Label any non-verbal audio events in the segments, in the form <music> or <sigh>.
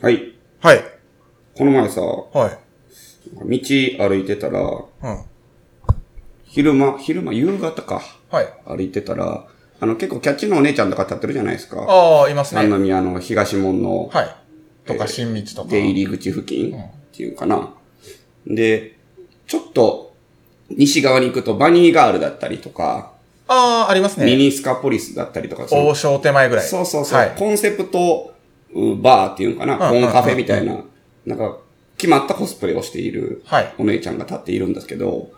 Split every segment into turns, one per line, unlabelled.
はい。
はい。
この前さ、
はい。
道歩いてたら、
うん。
昼間、昼間、夕方か。
はい。
歩いてたら、あの、結構キャッチのお姉ちゃんとか立ってるじゃないですか。
ああ、いますね。
三宮の東門の
はい。とか、新道とか。
出入り口付近っていうかな。で、ちょっと西側に行くとバニーガールだったりとか、
ああ、あります
ミ
ね。
ニスカポリスだったりとか、その
王将手前ぐらい。
そうそうそう、
はい。
コンセプトうんバーっていうんかな、
うん
コンカフェみたいな、なんか、決まったコスプレをしている
はい
お姉ちゃんが立っているんですけど、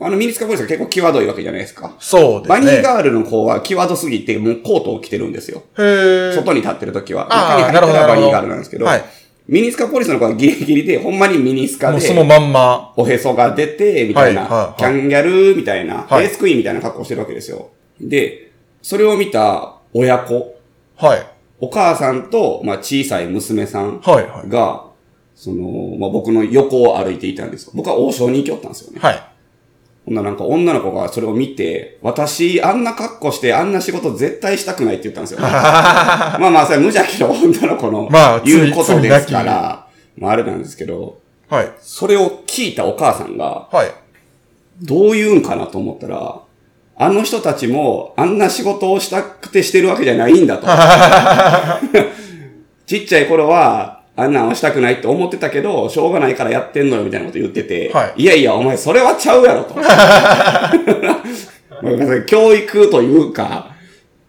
あのミニスカポリスが結構際どいわけじゃないですか。
そうですね。
バニーガールの方は際どすぎて、もうコートを着てるんですよ。
へえ。
外に立ってる時は。
あー
中に入ったらバニーガールなんですけど、
なるほどなる
ミニスカポリスの子はギリギリで、ほんまにミニスカ
もうその
で、
まんま。
おへそが出て、みたいな、
はいはい
キャンギャルーみたいな、
はい
レースクイーンみたいな格好してるわけですよ。で、それを見た親子、
はい。
お母さんと、まあ、小さい娘さん
はいはい。
が、その、まあ、僕の横を歩いていたんですよ。僕は王将に行きよったんですよね。
はい。
ほんならなんか女の子がそれを見て、私、あんな格好して、あんな仕事絶対したくないって言ったん
<laughs>
ですよ。まあまあ、それ無邪気な女の子の
まあ
言うこと
罪
ですから、まああれなんですけど、
はい。
それを聞いたお母さんが、
はい。
どう言うんかなと思ったら、あの人たちもあんな仕事をしたくてしてるわけじゃないんだと。 <laughs> ちっちゃい頃は、あんなんはしたくないって思ってたけど、しょうがないからやってんのよみたいなこと言ってて、
はい
やいや、お前それはちゃうや
<laughs>
ろと。ごめんなさい教育というか、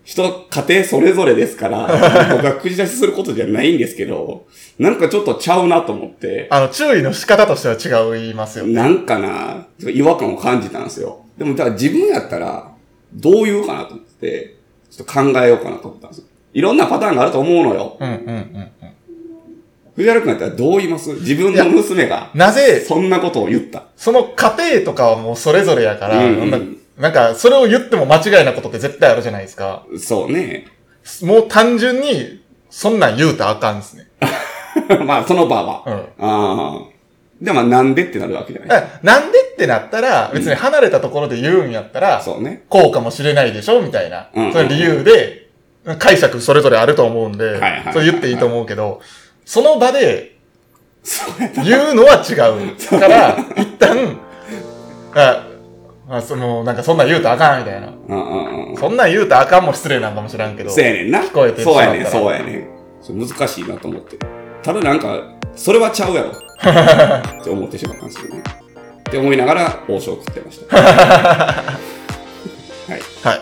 人、家庭それぞれですから、僕は口出しすることじゃないんですけど、なんかちょっとちゃうなと思って、
あの、注意の仕方としては違いますよ。
なんかな、違和感を感じたんですよ。でも、だから自分やったら、どう言うかなと思って、ちょっと考えようかなと思ったんですよ。いろんなパターンがあると思うのよ。
うんうんうんうん。
藤原君やったらどう言います自分の娘が、
なぜ、
そんなことを言った。
その過程とかはもうそれぞれやから、
うんうん
なんかなんか、それを言っても間違いなことって絶対あるじゃないですか。
そうね。 <laughs>
もう単純に、そんなん言うたらあかんですね。
まあ、その場は。
う
あ
ん。
あー。で、まあ、なんでってなるわけじゃない。
えなんでってなったら、別に離れたところで言うんやったら、
そうね。
こうかもしれないでしょみたいな。
うんうんうん
その理由で、解釈それぞれあると思うんで、
いはいはいはい
それ言っていいと思うけど、その場で
そうや
言うのは違うから、一旦、あ、あその、なんかそんなん言うとあかんみたいな。
うんうんうん。
そんなん言うとあかんも失礼なんかもしらんけど。
そうやねんな。
聞こえてしま
そ
っ
う
た
や
ら
ねん、そうやねん。そう難しいなと思って。ただなんか、それはちゃうやろ。
<laughs>
って思ってしまったんですよね。って思いながら、王将を食ってました。 <laughs> はい。
はい。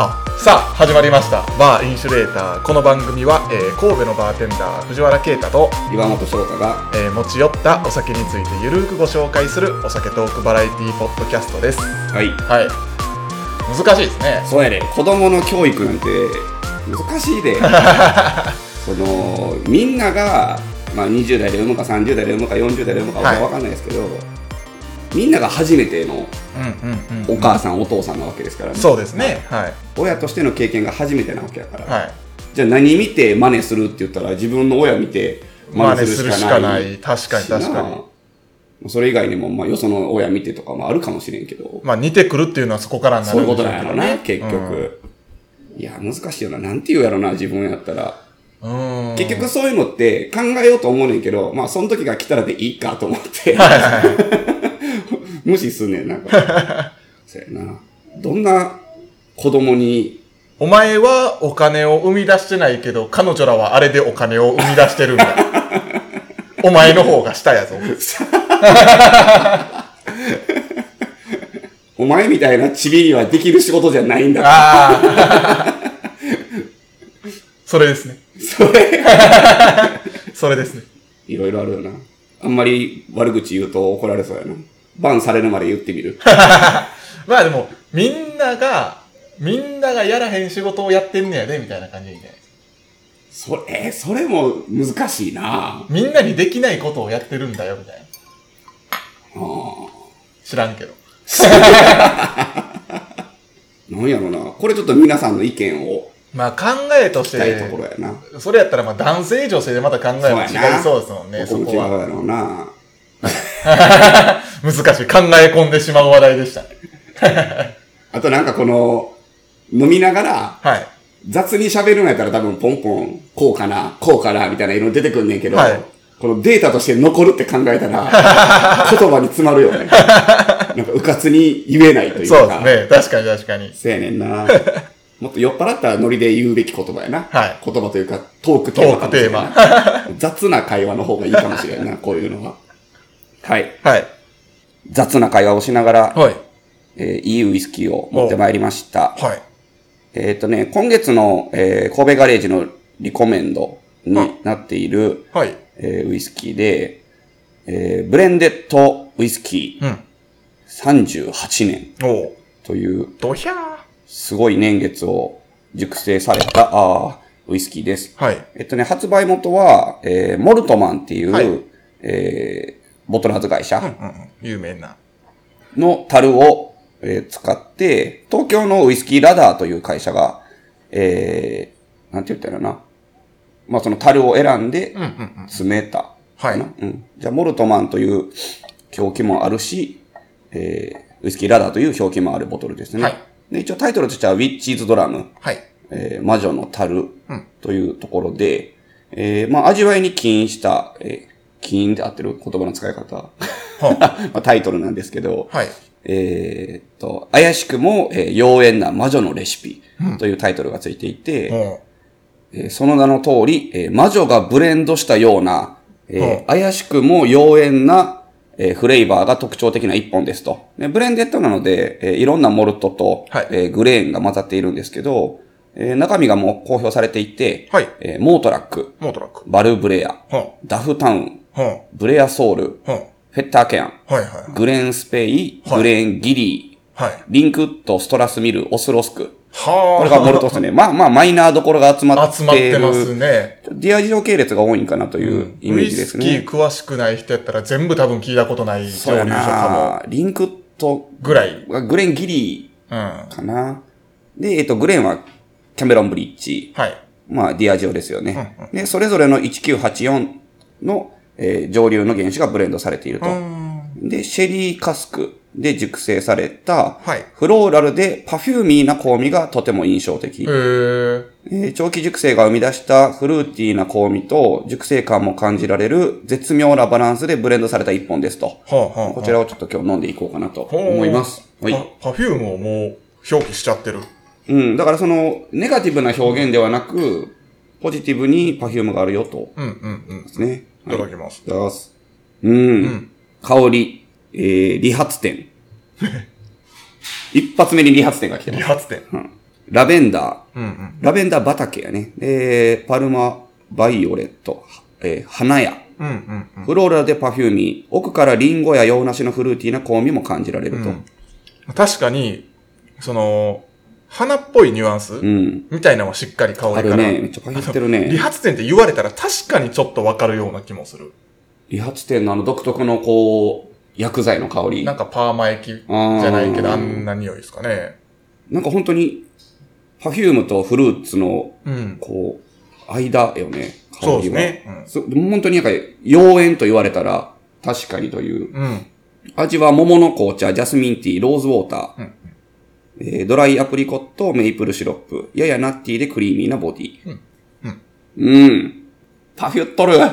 あさあ始まりましたバーインシュレーターこの番組は、えー神戸のバーテンダー藤原啓太と
岩本翔太が、
えー持ち寄ったお酒についてゆるくご紹介するお酒トークバラエティポッドキャストですは
はい。
い難しいですね
そうやねん。子供の教育なんて、難しい
<laughs>
で。その、みんなが、まあ20代で産むか30代で産むか40代で産むか
はい
わかんないですけど、みんなが初めての
うんう
お
ん
母さん、お父さんなわけですからね。
そうですねはい
親としての経験が初めてなわけだから、
はい
じゃあ何見て真似するって言ったら自分の親見て
真似するしかない確かに
しな
確かに
それ以外にも、まあ、よその親見てとかもあるかもしれんけど、
まあ似てくるっていうのはそこからにな
そう
る
いうんこ
でし
と
ょ
なんやろな、結局、いや難しいよななんて言うやろな自分やったら、
うーん
結局そういうのって考えようと思うねんけどまあその時が来たらでいいかと思って、
はいはいはい
<laughs> 無視すんねんなんか
<laughs>
そうやなどんな子供に
お前はお金を生み出してないけど彼女らはあれでお金を生み出し
<laughs>
てるんだお前の方が下やぞ
お前みたいなチビにはできる仕事じゃないんだ
ああそれですね
それ
それですね
いろいろあるよな。あんまり悪口言うと怒られそうやな。バンされるまで言ってみる。
まあでも、みんなが、みんながやらへん仕事をやってんねやで、みたいな感じでいいんじゃないですか
それ、えーそれも難しいな
みんなにできないことをやってるんだよ、みたいな。知らんけど。
なんやろな。これちょっと皆さんの意見を
まあ考えとし
したいとこ
て、
ろやな。
それやったらまあ男性女性でまた考えも違いそうですもんね、そ
ここ
こ
も違
は。
うやろうな。
<laughs> 難しい。考え込んでしまう話題でした。
あとなんかこの、飲みながら
はい。
雑に喋るんやったら多分ポンポン、こうかな、こうかな、みたいな色々出てくんねんけど、
はい
このデータとして残るって考えたら、言
<laughs>
葉に詰まるよね。なんかうかつに言えないというか。
そうですね。確かに確かに。
せやねん
<laughs>
な。もっと酔っ払ったノリで言うべき言葉やな。
はい
言葉というか、トークテーマかもしれんな
ト
<laughs> 雑な会話の方がいいかもしれんな、こういうのは。はい。
はい。
雑な会話をしながら、
はい。
えーいいウイスキーを持ってまいりました。
はい。
えっ、とね、今月の、えー神戸ガレージのリコメンドになっている、
はい。
えーウイスキーで、えーブレンデッドウイスキ
うん。
ー38年
おう。
という
ドヒャー。
すごい年月を熟成された、あーウイスキーです。
はい。
えっとね、発売元は、えーモルトマンっていう、
はい
えーボトル発会社
うんうんうん。有名な。
の樽を、えー使って、東京のウイスキーラダーという会社が、えー、なんて言ったらいいのかな。まあ、その樽を選んで
うん、うんうん。
詰めた。
はい
なうん。じゃあ、モルトマンという表記もあるし、えーウイスキーラダーという表記もあるボトルですね。
はい
で、一応タイトルとしては、ウィッチーズドラム。
はい。
えー魔女の樽
うん
というところで、えーまあ、味わいに起因した、えー、起因で合ってる言葉の使い方、 <laughs> ま
は
あ、タイトルなんですけど、
はい。
えーっと、怪しくも、えー妖艶な魔女のレシピというタイトルがついていて、
おう。
えーその名の通り、えー魔女がブレンドしたような、えー
うん
怪しくも妖艶な、えーフレーバーが特徴的な一本ですと。でブレンデッドなので、えーいろんなモルトと、
はい
えーグレーンが混ざっているんですけど、えー中身がもう公表されていて、
はい。
えーモートラック、
モートラック。
バルブレア、
は
ダフタウン、
あ。は
ブレアソウル、
あ。は
フェッターケアン、
あ。はいはい。
グレーンスペイ、
はい
グレーンギリ
はい。
ー、リンクウッド、ストラスミル、オスロスク。
はあ。
これがモルトですね。まあまあマイナーどころが集まって
集
る。
まってますね。
ディアジオ系列が多いんかなというイメージです
ウイス
ね。
キー詳しくない人やったら全部多分聞いたことない
そう
蒸
や
留所か
な。リンクと
も。ぐらい。うん。
グレン・ギリ
は
ーかな。で、えっと、グレンはキャメロン・ブリッジ。
い。
まあ、ディアジオですよね。で、それぞれの1984の、えー上流の原酒がブレンドされていると
う。ん。
で、シェリーカスクで熟成された、
はい
フローラルでパフューミーな香味がとても印象的。
へ
え
え。
ー長期熟成が生み出したフルーティーな香味と熟成感も感じられる絶妙なバランスでブレンドされた一本ですと。
はあはあはあ。
こちらをちょっと今日飲んでいこうかなと思います。
パ。
はい。
パフュームをもう表記しちゃってる。
うん。だからその、ネガティブな表現ではなく、ポジティブにパフュームがあるよと。
うんうんうん。
ですね。
い
はい。
た
い
だきます。
ただきます。うん。
ん
香り、えー、理髪 <laughs> 店。一発目に理髪店が来てま
理
す。
髪店。
うんラベンダー。
うんうん。
ラベンダー畑やね。で、パルマ、バイオレット、えー花屋。
うんうんうん。
フローラルでパフューミー。奥からリンゴや洋梨のフルーティーな香味も感じられると。
確かに、その、花っぽいニュアンス
うん。
みたいなのはしっかり香り
あ
か
る
ら。
ね。めっちゃパフってる
理
ね。
髪店って言われたら確かにちょっとわかるような気もする。
理髪店のあの独特のこう、薬剤の香り。
なんかパーマ液じ
あー
ゃないけど、あんな匂いですかね。
なんか本当に、パフュームとフルーツの、
うん。
こう、間よね。香りは
そうです。ね。
そでも本当になんか、妖艶と言われたら、確かにという。
うん。うん。
味は桃の紅茶、ジャスミンティー、ローズウォーター。
うん
えードライアプリコット、メイプルシロップ。ややナッティーでクリーミーなボディ。
うんうん。
うん。パフュっとる
うん。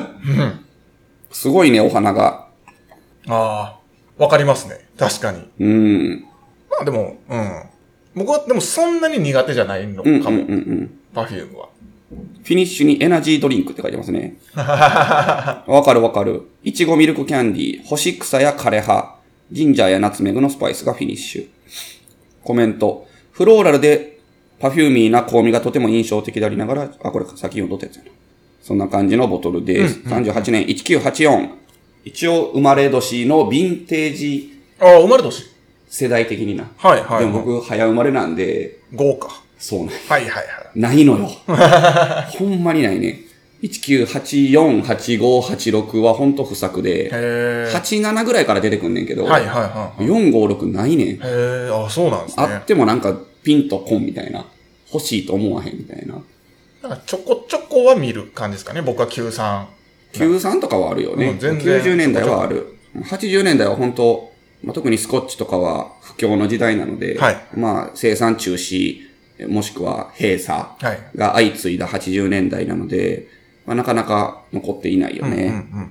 すごいね、お花が。
ああ、わかりますね。確かに。
うん。
まあでも、うん。僕はでもそんなに苦手じゃないのか
うん、うん、うん、う
も、
ん。
パフュームは。
フィニッシュにエナジードリンクって書いてます
<laughs>
ね。わかるわかる。いちごミルクキャンディー、干し草や枯れ葉、ジンジャーやナツメグのスパイスがフィニッシュ。コメント。フローラルでパフューミーな香味がとても印象的でありながら、あ、これ先ほど取ったやつやな。そんな感じのボトルです。38年1984。一応生まれ年のヴィンテージ
ああ、生まれ年。
世代的にな。
はいはい、
でも僕早生まれなんで、
豪華。
そうなん
はいはいはい。
ないのよ。 <laughs> ほんまにないね。1984、85、86はほんと不作で。
へえ。
87ぐらいから出てくんねんけど、
はいはいはい。
456ないねん。
へえ、ああ、そうなんです
あ
ね
っ。てもなんかピンとこんみたいな。欲しいと思わへんみたいな。
なんかちょこちょこは見る感じですかね。僕は93。
93とかはあるよね。
うん全然
90年代はある。80年代は本当、まあ、特にスコッチとかは不況の時代なので、
はい
まあ生産中止、もしくは閉鎖
はい。
が相次いだ80年代なので、まあ、なかなか残っていないよ
うんうん
ね。
うんうん。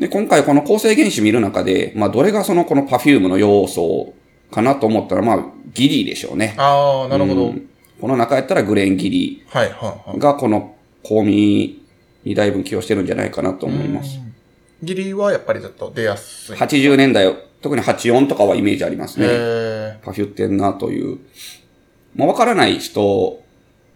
で、今回この構成原子見る中で、まあどれがそのこの Perfume の要素かなと思ったら、まあギリーでしょうね。
ああ、なるほど。
うんこの中やったらグレン・ギリー。
はい、はい、はい。
がこの香味にだいぶ寄与してるんじゃないかなと思います。
うん。ギリはやっぱりちょっと出やすい。
80年代、特に84とかはイメージありますね。
え
パフュってんなという。まあ、わからない人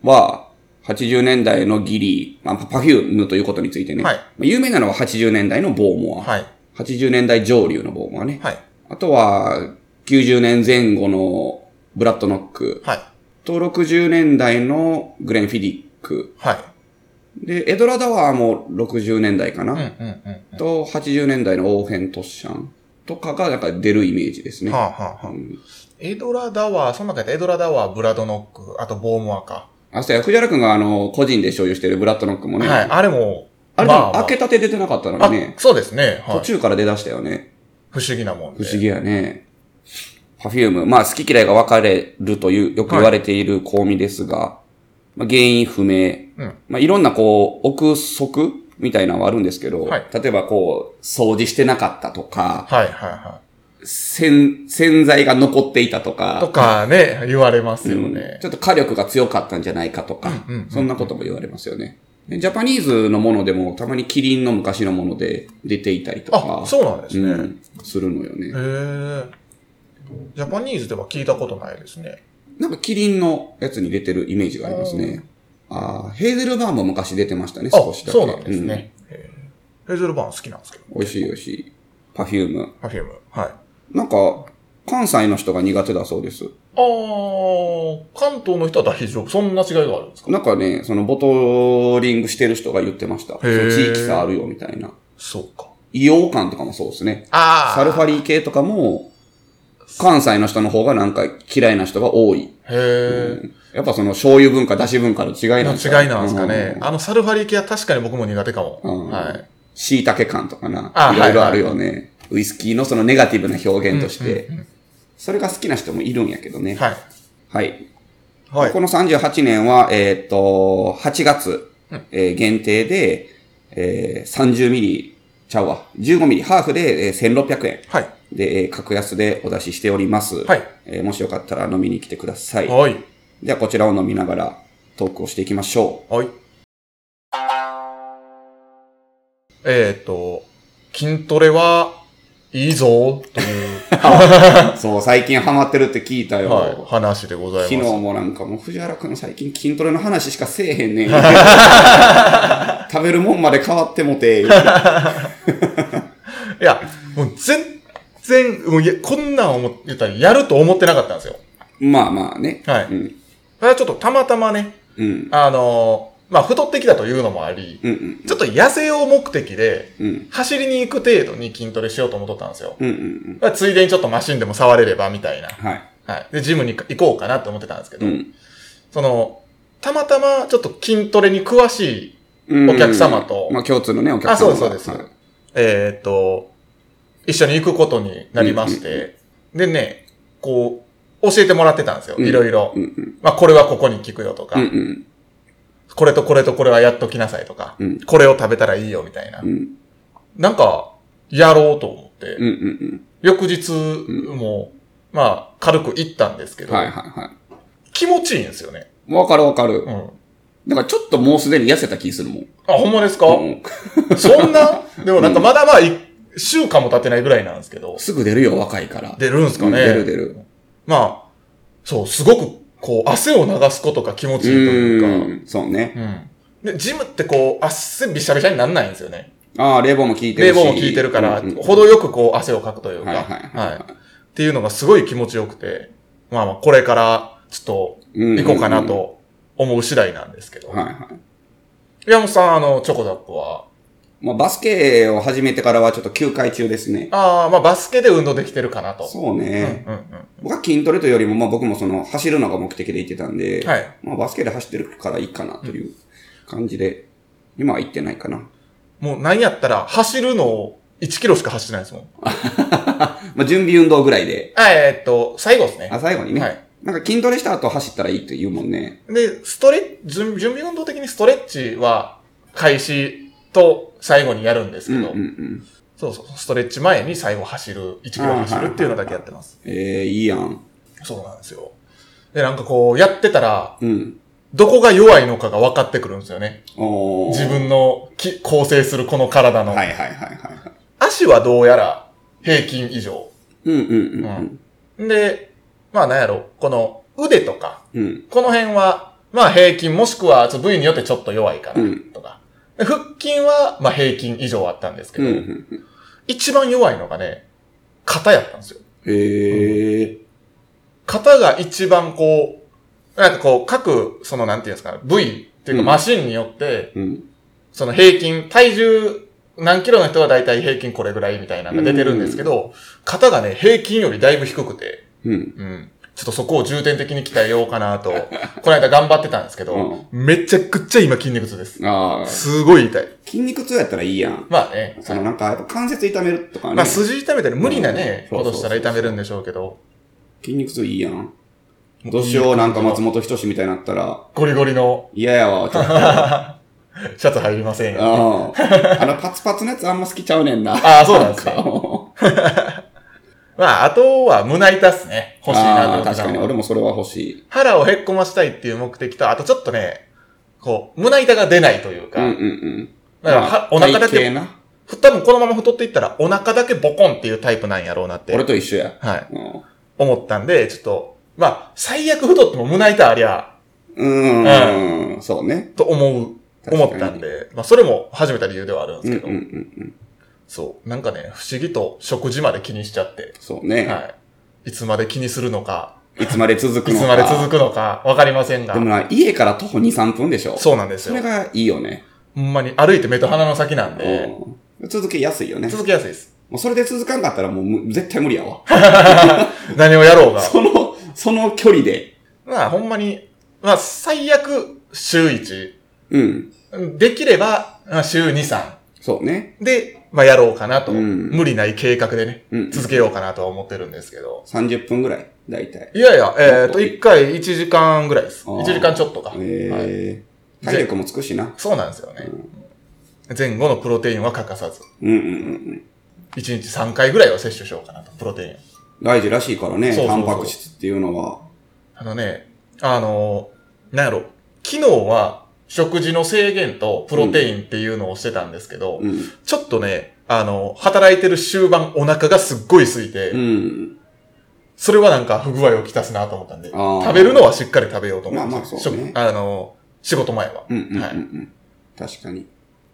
は、80年代のギリ、まあ、パフュームということについてね。
はい
まあ有名なのは80年代のボー
ー、
モア。
はい。
80年代上流のボーモアね。
はい。
あとは、90年前後のブラッドノック。
はい。
と、60年代のグレン・フィディック。
はい。
で、エドラ・ダワーも60年代かな。
うんうんうんう
と、80年代のオーフェントッシャンとかが、なんか出るイメージです
ん。
ね。
はあ、はあ
う
はあ、
ん
エドラダワー、その中でエドラダワー、ブラドノック、あとボーモアか。
あ、そうや、藤原くんがあの、個人で所有してるブラッドノックもね。
はい。あれも、
あれでも
まま
開けたて出てなかったのにね
あ、。そうですね。は
途
い。
中から出だしたよね。
不思議なもん
不
で。
思議やね。パフューム、まあ好き嫌いが分かれるという、よく言われている香味ですが、まあ、原因不明。
うん
まあいろんなこう、憶測みたいなのはあるんですけど、
はい
例えばこう、掃除してなかったとか、
はいはいは
洗、洗剤が残っていたと
い。
か
と、かね、言われますよ
うん
ね。
ちょっと火力が強かったんじゃないかとか、
うんうんうん
そんなことも言われますよね。でジャパニーズのものでも、たまにキリンの昔のもので出ていたりとか、
あ、そうなんです
う
ね。
ん、するのよね。
へえ。ジャパニーズでは聞いたことないですね。
なんかキリンのやつに出てるイメージがありますね。ああ、ヘーゼルバーンも昔出てましたね、
あ
少しだけ。
そうなんですね。へーヘーゼルバーン好きなんですけど、
うん。美味しい美味しい。パフューム。
パフューム。はい。
なんか、関西の人が苦手だそうです。
あー、関東の人は大丈夫。そんな違いがあるんですか
なんかね、そのボトリングしてる人が言ってました。そ
へ
の
え
地域差あるよ、みたいな。
そうか。
硫黄感とかもそうですね。
あー。
サルファリー系とかも、関西の人の方がなんか嫌いな人が多い。
へ
やっぱその醤油文化、だし文化の違
え。
いなん
の
ですか
違いなんですかね。
うん
あの、サルファリ系は確かに僕も苦手かも。
うん
はい。
椎茸感とかな
あ。
いろいろあるよね。ウイスキーのそのネガティブな表現として
うん。うん
それが好きな人もいるんやけど
うん
ね。
はい。
はい。
はい。
この38年は、えーっと、8月、えー限定で、えー30ミリ、ちゃうわ。15ミリ、ハーフで、えー1600円。
はい。
で、えー格安でお出ししております。
はい
えーもしよかったら飲みに来てください。
はい。
ではこちらを飲みながらトークをしていきまし
<laughs>
ょ
はい。えっ、と、筋トレはいいぞという、
<laughs> う。そう、最近ハマってるって聞いたよ。
はい、話でござ
昨
い
日
ます。
もなんかもう藤原くん最近筋トレの話しかせえへん
<laughs>
ねん。食べるもんまで変わってもて。
いや、もう全然、もういやこんなん思ってたらやると思ってなかったんですよ。
まあまあね。
はい。
うん。
ただちょっとたまたまね、
うん。
あのーまあ、太ってきたというのもあり、
うんうん。
ちょっと痩せを目的で、
うん。
走りに行く程度に筋トレしようと思っとったんですよ。
うんうんうん。
まあついでにちょっとマシンでも触れればみたいな。
はい。
はい。で、ジムに行こうかなって思ってたんですけど、
うん
その、たまたまちょっと筋トレに詳しい、
うん。
お客様と
まあ共通のね、お客様が。
あそうですそうです
はい
えーっと、一緒に行くことになりまして、でね、こう、教えてもらってたんですよ。
うん
いろいろ
う。んうん。
まあ、これはここに効くよとか、
うんうん。
これとこれとこれはやっときなさいとか、
うん
これを食べたらいいよみたいな。
うん
なんか、やろうと思って、
うんうん
翌日も、まあ、軽く行ったんですけ
うん。
ど、
はいはいは
気持ちいいんですよね。
い。わかるわかる
う。ん。
だからちょっともうすでに痩せた気するもん。
あ、ほんまですか、
うん
そん
<laughs>
なでもなんかまだまあ、一週間も経ってないぐらいなんですけど、
すぐ出るよ、若いから。
出るんですかね、
出る出る。
まあ、そう、すごく、こう、汗を流すことが気持ちいいというか、
んそうね。
うん。で、ジムってこう、汗びしゃびしゃにならないんですよね。
ああ、冷房も効いてるし。
冷房も効いてるから、
うんうん
程よくこう、汗をかくというか、
はいはいはいはい
っていうのがすごい気持ちよくて、まあまあ、これから、ちょっ
うんうんう
と、
ん
行こうかな。と思う次第なんですけど。
はいはい。
山本さん、あの、チョコザップは、
まあ、バスケを始めてからはちょっと休会中ですね。
ああ、まあバスケで運動できてるかなと。
そうね。
うんうん。
僕は筋トレというよりも、まあ僕もその走るのが目的で行ってたんで、
はい
まあバスケで走ってるからいいかなという感じで、今は行ってないかな。
もう何やったら走るのを1キロしか走ってないですもん。
まあ準備運動ぐらいで、
あ、えーっと、最後ですね
あ、。最後にね、
はい
なんか筋トレした後走ったらいいと言うもんね。
で、ストレッチ、準準備運動的にストレッチは開始と最後にやるんです
うん
け
うん
ど、
うん。
そうそう、ストレッチ前に最後走る、1キロ走るっていうのだけやってます。
ええいいやん。
そうなんですよ。で、なんかこう、やってたら、
うん。
どこが弱いのかが分かってくるんですよね。
おー
自分のき構成するこの体の。
はいはいはいはいはい。
足はどうやら平均以上。
うんうんうん
で、まあなんやろ、この腕とか、
うん。うん。
この辺は、まあ平均もしくはちょっと部位によってちょっと弱いかな
うん、
とか。で腹筋は、まあ平均以上あったんですけ
うん
ど、
うんうん。
一番弱いのがね、肩やったんですよ。
ええ
肩が一番こう、なんかこう、各、そのなんていうんですか、部位っていう
う
か
ん
マシンによって、
うん。
その平均、体重、何キロの人は大体平均これぐらいみたいなのが出てるんですけど、肩がね、平均よりだいぶ低くて、
うん。
うん。ちょっとそこを重点的に鍛えようかなと、 <laughs> この間頑張ってたんですけど、めちゃくちゃ今筋肉痛です。
ああ、
すごい痛い。
筋肉痛やったらいいやん。
まあね。
そのなんか、やっぱ関節痛めるとかね。
まあ筋痛めたり無理なね、
うん
ことしたら痛めるんでしょうけど。
筋肉痛いいやん。どうしよう、なんか松本人志みたいになったら、
ゴリゴリの
嫌やわ、ち
<laughs>
ょっと。
シャツ入りませんよ。
ああの、パツパツのやつあんま好きちゃうねんな。
ああ、そうなんです
か
か。まあ、あとは胸板っすね。欲しいな
あ
と
あ、
思っ
確
た
かに。
のは
俺もそれは欲しい。
腹をへっこましたいっていう目的と、あとちょっとね、こう、胸板が出ないという
う
か、
んうんうん。
だからは
まあ
お腹だけ
体型な。
ふ多分このまま太っていったらお腹だけボコンっていうタイプなんやろうなって、
俺と一緒や。
はい、
うん
思ったんで、ちょっと、まあ、最悪太っても胸板ありゃ、
うーん、そうね。
と思う、
確か
思
に
ったんで、まあ、それも始めた理由ではあるんで
うんう
す
ん
け
う
ど、
んうん。
そう、なんかね、不思議と食事まで気にしちゃって、
そうね。
はい。いつまで気にするのか、
いつまで続く
い
の
つ
か。
まで続くのか、わかりませんが
で、もな、家から徒歩2、3分でしょ。
そうなんです
それ
よ。
がいいよね。
ほんまに歩いて目と鼻の先なんで、
うん続けやすいよね。
続けやすいです。
もうそれで続かんかったらもうむ絶対無理やわ。
何をやろうが。
その、その距離で。
まあ、ほんまに、まあ、最悪、週1。
うん。
できれば、まあ週2、3。
そうね。
で、まあ、やろうかなと。
うん
無理ない計画でね、
うん
続けようかなとは思ってるんですけど。
30分ぐらい、だいたい。
いやいや、えっ、と、1回1時間ぐらいです。
あー
1時間ちょっとか、はい
えー、体力もつくしな。
そうなんですよね。前後のプロテインは欠かさず。
うんうんうんうん。
1日3回ぐらいは摂取しようかなと、プロテインを。
大事らしいからね、
そうそうそう
タンパク質っていうのは。
あのね、あの、なんやろ、昨日は食事の制限とプロテインっていうのをしてたんですけど、
うん。
ちょっとね、あの、働いてる終盤お腹がすっごい空いて、
うん。
それはなんか不具合をきたすなと思ったんで、
あー
食べるのはしっかり食べようと思って
まあまあそうね
食あの、仕事前は。
うんうんうんうん。
はい
確かに。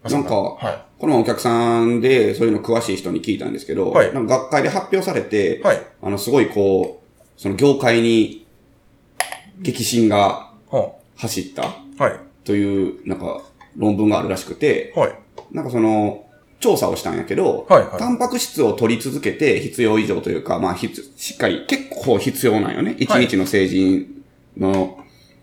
まあそ
なんか
は
このお客さんで、そういうの詳しい人に聞いたんですけど、
はい
なんか学会で発表されて
い。、はい。
あの、すごいこう、その業界に、激震が
は
走った
あはい。
という、なんか、論文があるらしくて、
はい。
なんかその、調査をしたんやけど、
はいはい
タンパク質を取り続けて必要以上というか、まあ、ひつしっかり、結構必要なんよね。一
はい
日の成人の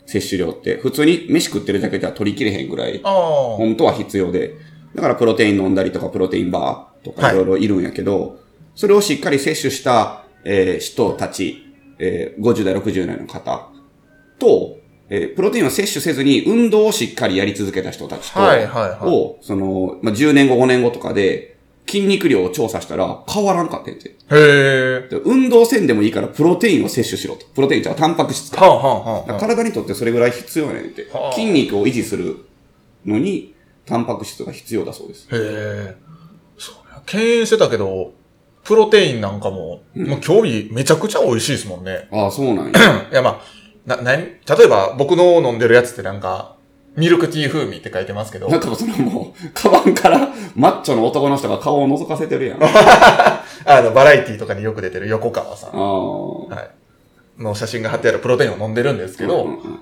摂取量って、普通に飯食ってるだけじゃ取りきれへんぐらい、
ああ。
本当は必要で。だからプロテイン飲んだりとか、プロテインバーとか
はい
いろいろいるんやけど、それをしっかり摂取した、えー人たち、えー50代、60代の方と、えープロテインを摂取せずに運動をしっかりやり続けた人たちと、
はいはいはい
を、その、まあ、10年後、5年後とかで、筋肉量を調査したら変わらんかってんて。
へえ。
で運動せんでもいいからプロテインを摂取しろと。プロテインじゃうタンパク質か。
はあはあはあ
だ
は
から体にとってそれぐらい必要やねんって
は。あ
筋肉を維持するのに、タンパク質が必要だそうです。
あ。へえ。そうね。敬遠してたけど、プロテインなんかも、もう興味めちゃくちゃ美味しいですもんね。
ああ、そうなんや。
<coughs> いやまあ、な、なに、例えば僕の飲んでるやつってなんか、ミルクティー風味って書いてますけど
な、んかもうそのもう、カバンからマッチョの男の人が顔を覗かせてる
<laughs>
やん。あ
あの、バラエティとかによく出てる横川さん
あ。ー。
の写真が貼ってあるプロテインを飲んでるんですけど、
うんうん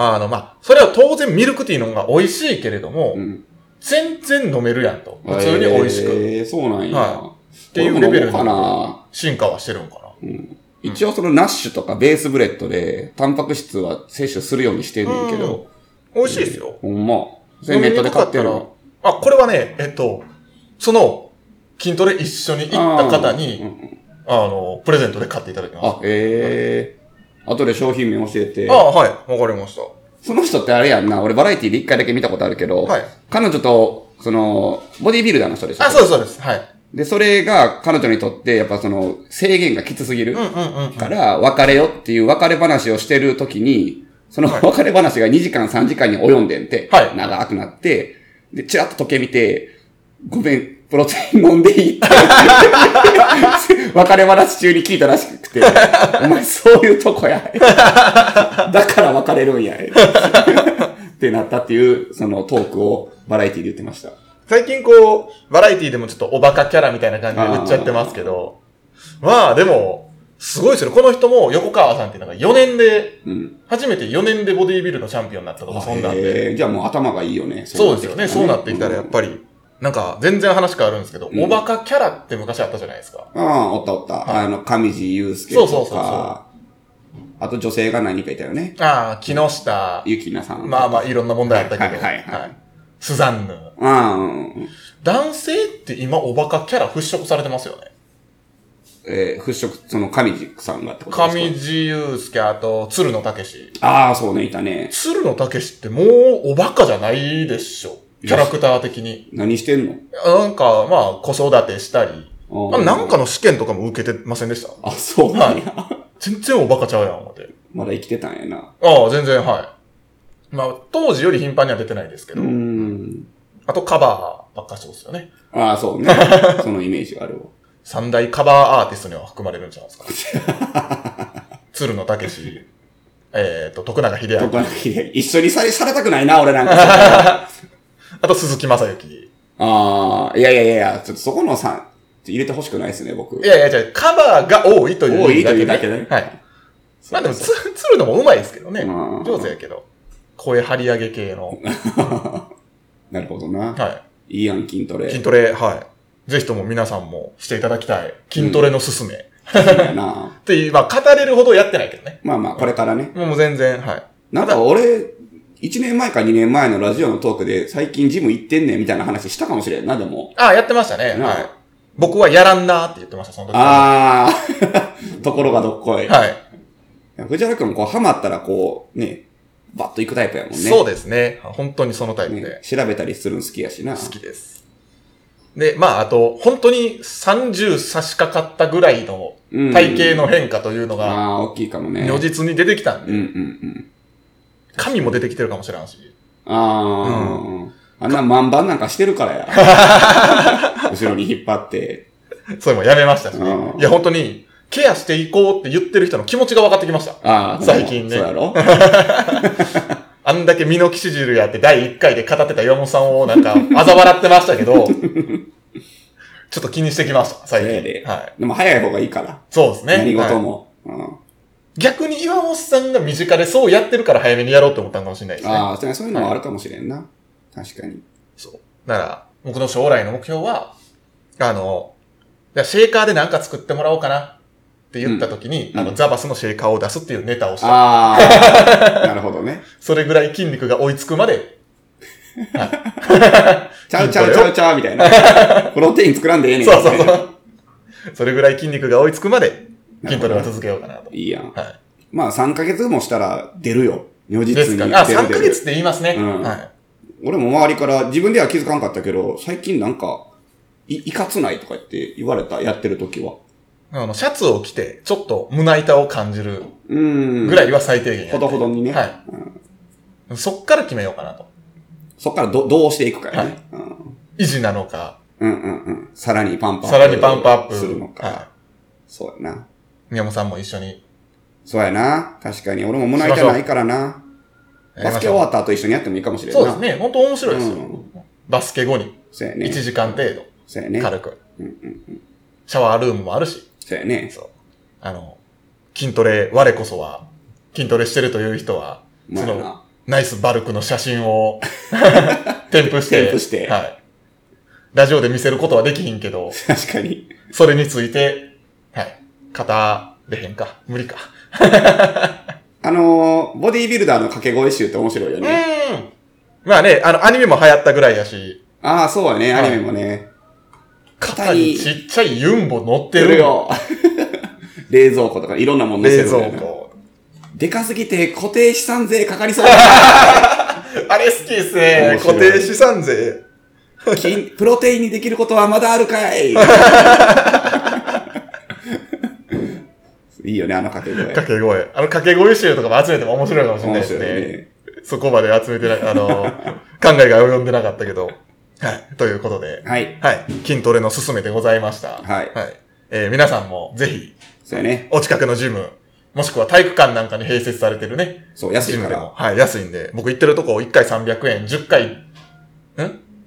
あの、まあ、それは当然ミルクティーの方が美味しいけれども、
うん
全然飲めるやんと。普通に美味しく。
えー、そうなんや。
は
俺も
っていうレベル
飲もうかな。
進化はしてるんかな。
一応そのナッシュとかベースブレッドで、タンパク質は摂取するようにしてんねんけど、
美味しいですよ。
ほんま。それネットで買ってる
飲みにくかたらあ、これはね、えっと、その、筋トレ一緒に行った方
あーうん
に、
うん
あの、プレゼントで買っていただきまし
あ、ええー。後で商品名教えて
た。。ああー、はい。わかりました。
その人ってあれやんな、俺バラエティで一回だけ見たことあるけど、
はい
彼女と、その、ボディービルダーの人でしょ
あ、そうです、そうです。はい。
で、それが彼女にとって、やっぱその、制限がきつすぎる
うんうんうん。
から、別れよっていう別れ話をしてるときに、その
はい
別れ話が2時間3時間に及んでんて、
はい
長くなって、で、チラッと時計見て、ごめん、プロテイン飲んでいいって、 <laughs> 別れ話中に聞いたらしくて、お前そういうとこや。だから別れるんや。ってなったっていう、そのトークをバラエティで言ってました。
最近こう、バラエティでもちょっとおバカキャラみたいな感じで売っちゃってますけど、まあでも、すごいですよね。この人も横川さんっていうのが4年で、
うん。
初めて4年でボディービルのチャンピオンになったとか、そんなん
え
で。
ーじゃあもう頭がいいよね。
そうですよね。そうなってきたらやっぱ
り。
り、なんか全然話変わるんですけど、
うん
おバカキャラって昔あったじゃないですか。
ああ、おったおった。
はい
あの、上地雄介とか。
そうそうそうそ
あと女性が何人かいたよね。
ああ、木下、
ゆきなさん。
まあまあいろんな問題あったけど、
はいはいはい
スザンヌ。
ああ、うん。
男性って今おバカキャラ払拭されてますよね。
えー払拭、その上地さんがってことですか
上地雄介、あと、鶴野武史。
ああ、そうね、いたね。
鶴野武史ってもうおバカじゃないでしょ。キャラクター的に。
何してんの
なんか、まあ、子育てしたり。
あ
あ
ー
なんかの試験とかも受けてませんでした
あ、そうなんや。
全然おバカちゃうやん、思って。
<laughs> まだ生きてたんやな。
ああ、全然、はい。まあ、当時より頻繁には出てないですけ
う
ど。
ーん。
あと、カバーばっかそうですよね。
ああ、そうね。そのイメージがあ
<laughs>
るわ。
三大カバーアーティストには含まれるんじゃないです
<laughs>
か。鶴野武史、えっ、と、徳永秀
と
明、
か一緒にされされたくないな、俺なん
<laughs>
か。
あと鈴木雅之。
ああ、いやいやいやいや、ちょっとそこのさ、入れてほしくないですね、僕。
いやいや、じゃあカバーが多いという
多いという
ね
だけで。
はい。まあでも、
そう
つ鶴野も上手いですけどね。
うん
上手やけど。声張り上げ系の。
なるほどな。
はい
いやん、筋トレ。
い。筋トレ、はい。ぜひとも皆さんもしていただきたい。筋トレのすすめ。っ
<laughs> レやな。
ていう、まあ語れるほどやってないけどね。
まあまあ、これからね。
もう全然、はい。
なんか俺、1年前か2年前のラジオのトークで、最近ジム行ってんねんみたいな話したかもしれんな、でも。
ああ、やってましたね。
なあ
はい。僕はやらんなーって言ってました、その時。
あー、 <laughs> ところがどっこい。
はい。
藤原くんもこう、ハマったらこう、ね、バッと行くタイプやもんね。
そうですね。本当にそのタイプで。
ね。調べたりするの好きやしな。
好きです。で、まあ、あと、本当に30差し掛かったぐらいの
うん
体型の変化というのが、
あー、大きいかもね。
如実に出てきたん
う
で、
んうんうん。
髪も出てきてるかもしれんし。
あー、あんな万番なんかしてるからや。
<laughs>
後ろに引っ張って。
それもやめましたし、
うん
いや、本当に、ケアしていこうって言ってる人の気持ちが分かってきました。
あー、
最近ね
そうやろ
あんだけ身の騎士汁やって第1回で語ってた岩本さん
<laughs>
をなんか、嘲笑ってましたけど、ちょっと気にしてきました、最
そうや
近
で。
はい。
でも早い方がいいから。
そうですね。
何事
はい
も。うん
逆に岩本さんが身近でそうやってるから早めにやろうと思ったのかもしれないですね。
ああ、そうやそういうのはあるかもしれんな。確かに。
そう。だから、僕の将来の目標は、あの、じゃあシェーカーで何か作ってもらおうかなって言った時に、
うん
あ
う
の、ザバスのシェーカーを出すっていうネタをした。
あ
<laughs>
あ、なるほどね。
それぐらい筋肉が追いつくまで、
ちゃうちゃうちゃうちゃうみたい
<laughs>
な。プロテイン作らんでええねん。
そうそうそう。それぐらい筋肉が追いつくまで、筋トレは続けようかなと。
いいやん。
は
まあ3ヶ月もしたら出るよ。如
い。
実
です
に。
から、あ、
出る
3
出
ヶ
る
月って言いますね。
うん
はい。
俺も周りから自分では気づかんかったけど、最近なんか、い、いかつないとか言って言われた、やってる時は。
あの、シャツを着て、ちょっと胸板を感じる
うーん。
ぐらいは最低限や
ほ
って
どほどにね。
はい
うん
そっから決めようかなと。
そっからど、どうしていくかやね。うん
維持なのか、
うんうんうん。さらにパンパン。
さらにパンプアップ。
するのか。
は
そうやな。
い。宮本さんも一緒に。
そうやな。確かに。俺も胸板ないからな。バスケ終
は
わった後一緒にやってもいいかもしれんな
そうですね。本当面白いですよ。
うん
バスケ後に、
そうや
1
ね。
時間程度、
そうやね。
軽く。
うんうんうん。
シャワールームもあるし。
そうやね。
そう。あの、筋トレ、我こそは、筋トレしてるという人は、
ま
そ
あ
の、
な。 <laughs>
ナイスバルクの写真を添付して。
添付して
はい。ラジオで見せることはできひんけど、
確かに。
それについて、はい。語れへんか。無理か。
あのーボディービルダーの掛け声集って面白いよ
う
ね。
ん。まあね、あの、アニメも流行ったぐらいやし、
ああ、そうやね、
は
ア
い
ニメもね。
肩にちっちゃいユンボ乗って
出
る。
る。よ。 <laughs> 冷蔵庫とかいろんなもん載せ
冷
るみた
蔵
いな。
庫。
でかすぎて固定資産税かかりそう
<laughs>
だ。
あれ好きですね
面。白い
固定資産税。
金プロテインにできることはまだあるか
<laughs>
い。いいよね、あの掛け
掛
声。
け声。あの掛け声集とかも集めても面白いかもしれない
面
です
白い
ね。
ね。
そこまで集めてな、
<laughs>
あの、考えが及んでなかったけど。はい。ということで。
はい。
はい。筋トレのすすめでございました。
はい
はい。えー皆さんもぜひ、
そうやね。
お近くのジム、もしくは体育館なんかに併設されてるね。
そう、安い
ジム
か
で
ら
も。。はい、安いんで。僕行ってるとこ1回300円、10回、ん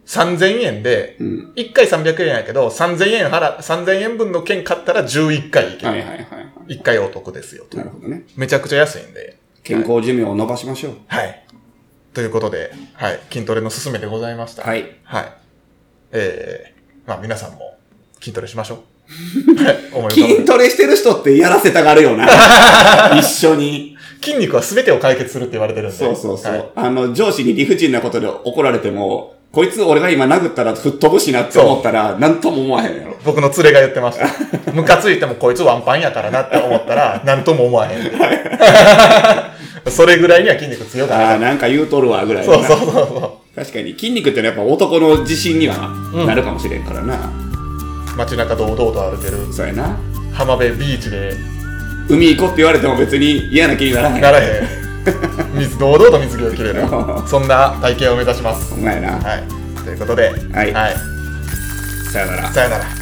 ?3000 円で、
うん。
1回300円やけど、3000円払、3000円分の券買ったら11回行ける。
はいはいはいは
1回お得ですよ
い。
と
な。るほどね。
めちゃくちゃ安いんで。
健康寿命を伸ばしましょう。
はい。ということで、はい。筋トレのすすめでございました。。
はいい。
はい。えー、まあ皆さんも筋トレしましょ
<laughs>
う。はい。思い浮かべ
筋
て
トレしてる人ってやらせたがる
<laughs>
よな。一緒に。
筋肉は全てを解決するって言われてるんで。
そうそうそう。
はい
あの、上司に理不尽なことで怒られても、こいつ俺が今殴ったら吹っ飛ぶしなって思ったら、なんとも思わへんやろ。
僕の連れが言ってま
<laughs>
した。ムカついてもこいつワンパンやからなって思ったら、なんとも思わへん。 <laughs> それぐらいには筋肉強く
あ
な
あ、
い。
なんか言うとるわ、ぐらいな
そうそうそうそ
確かに、筋肉ってのはやっぱ男の自信には
うん
なるかもしれんからな。
う。街中堂々と歩いてる。
そうやな。
浜辺ビーチで、
海行こうって言われても別に嫌な気にならへん。
ならへん。水、堂々と水着を着れる。そんな体型を目指します。
お前やな。
はい。ということ
は
で、
い
はい、
さよなら。
さよなら。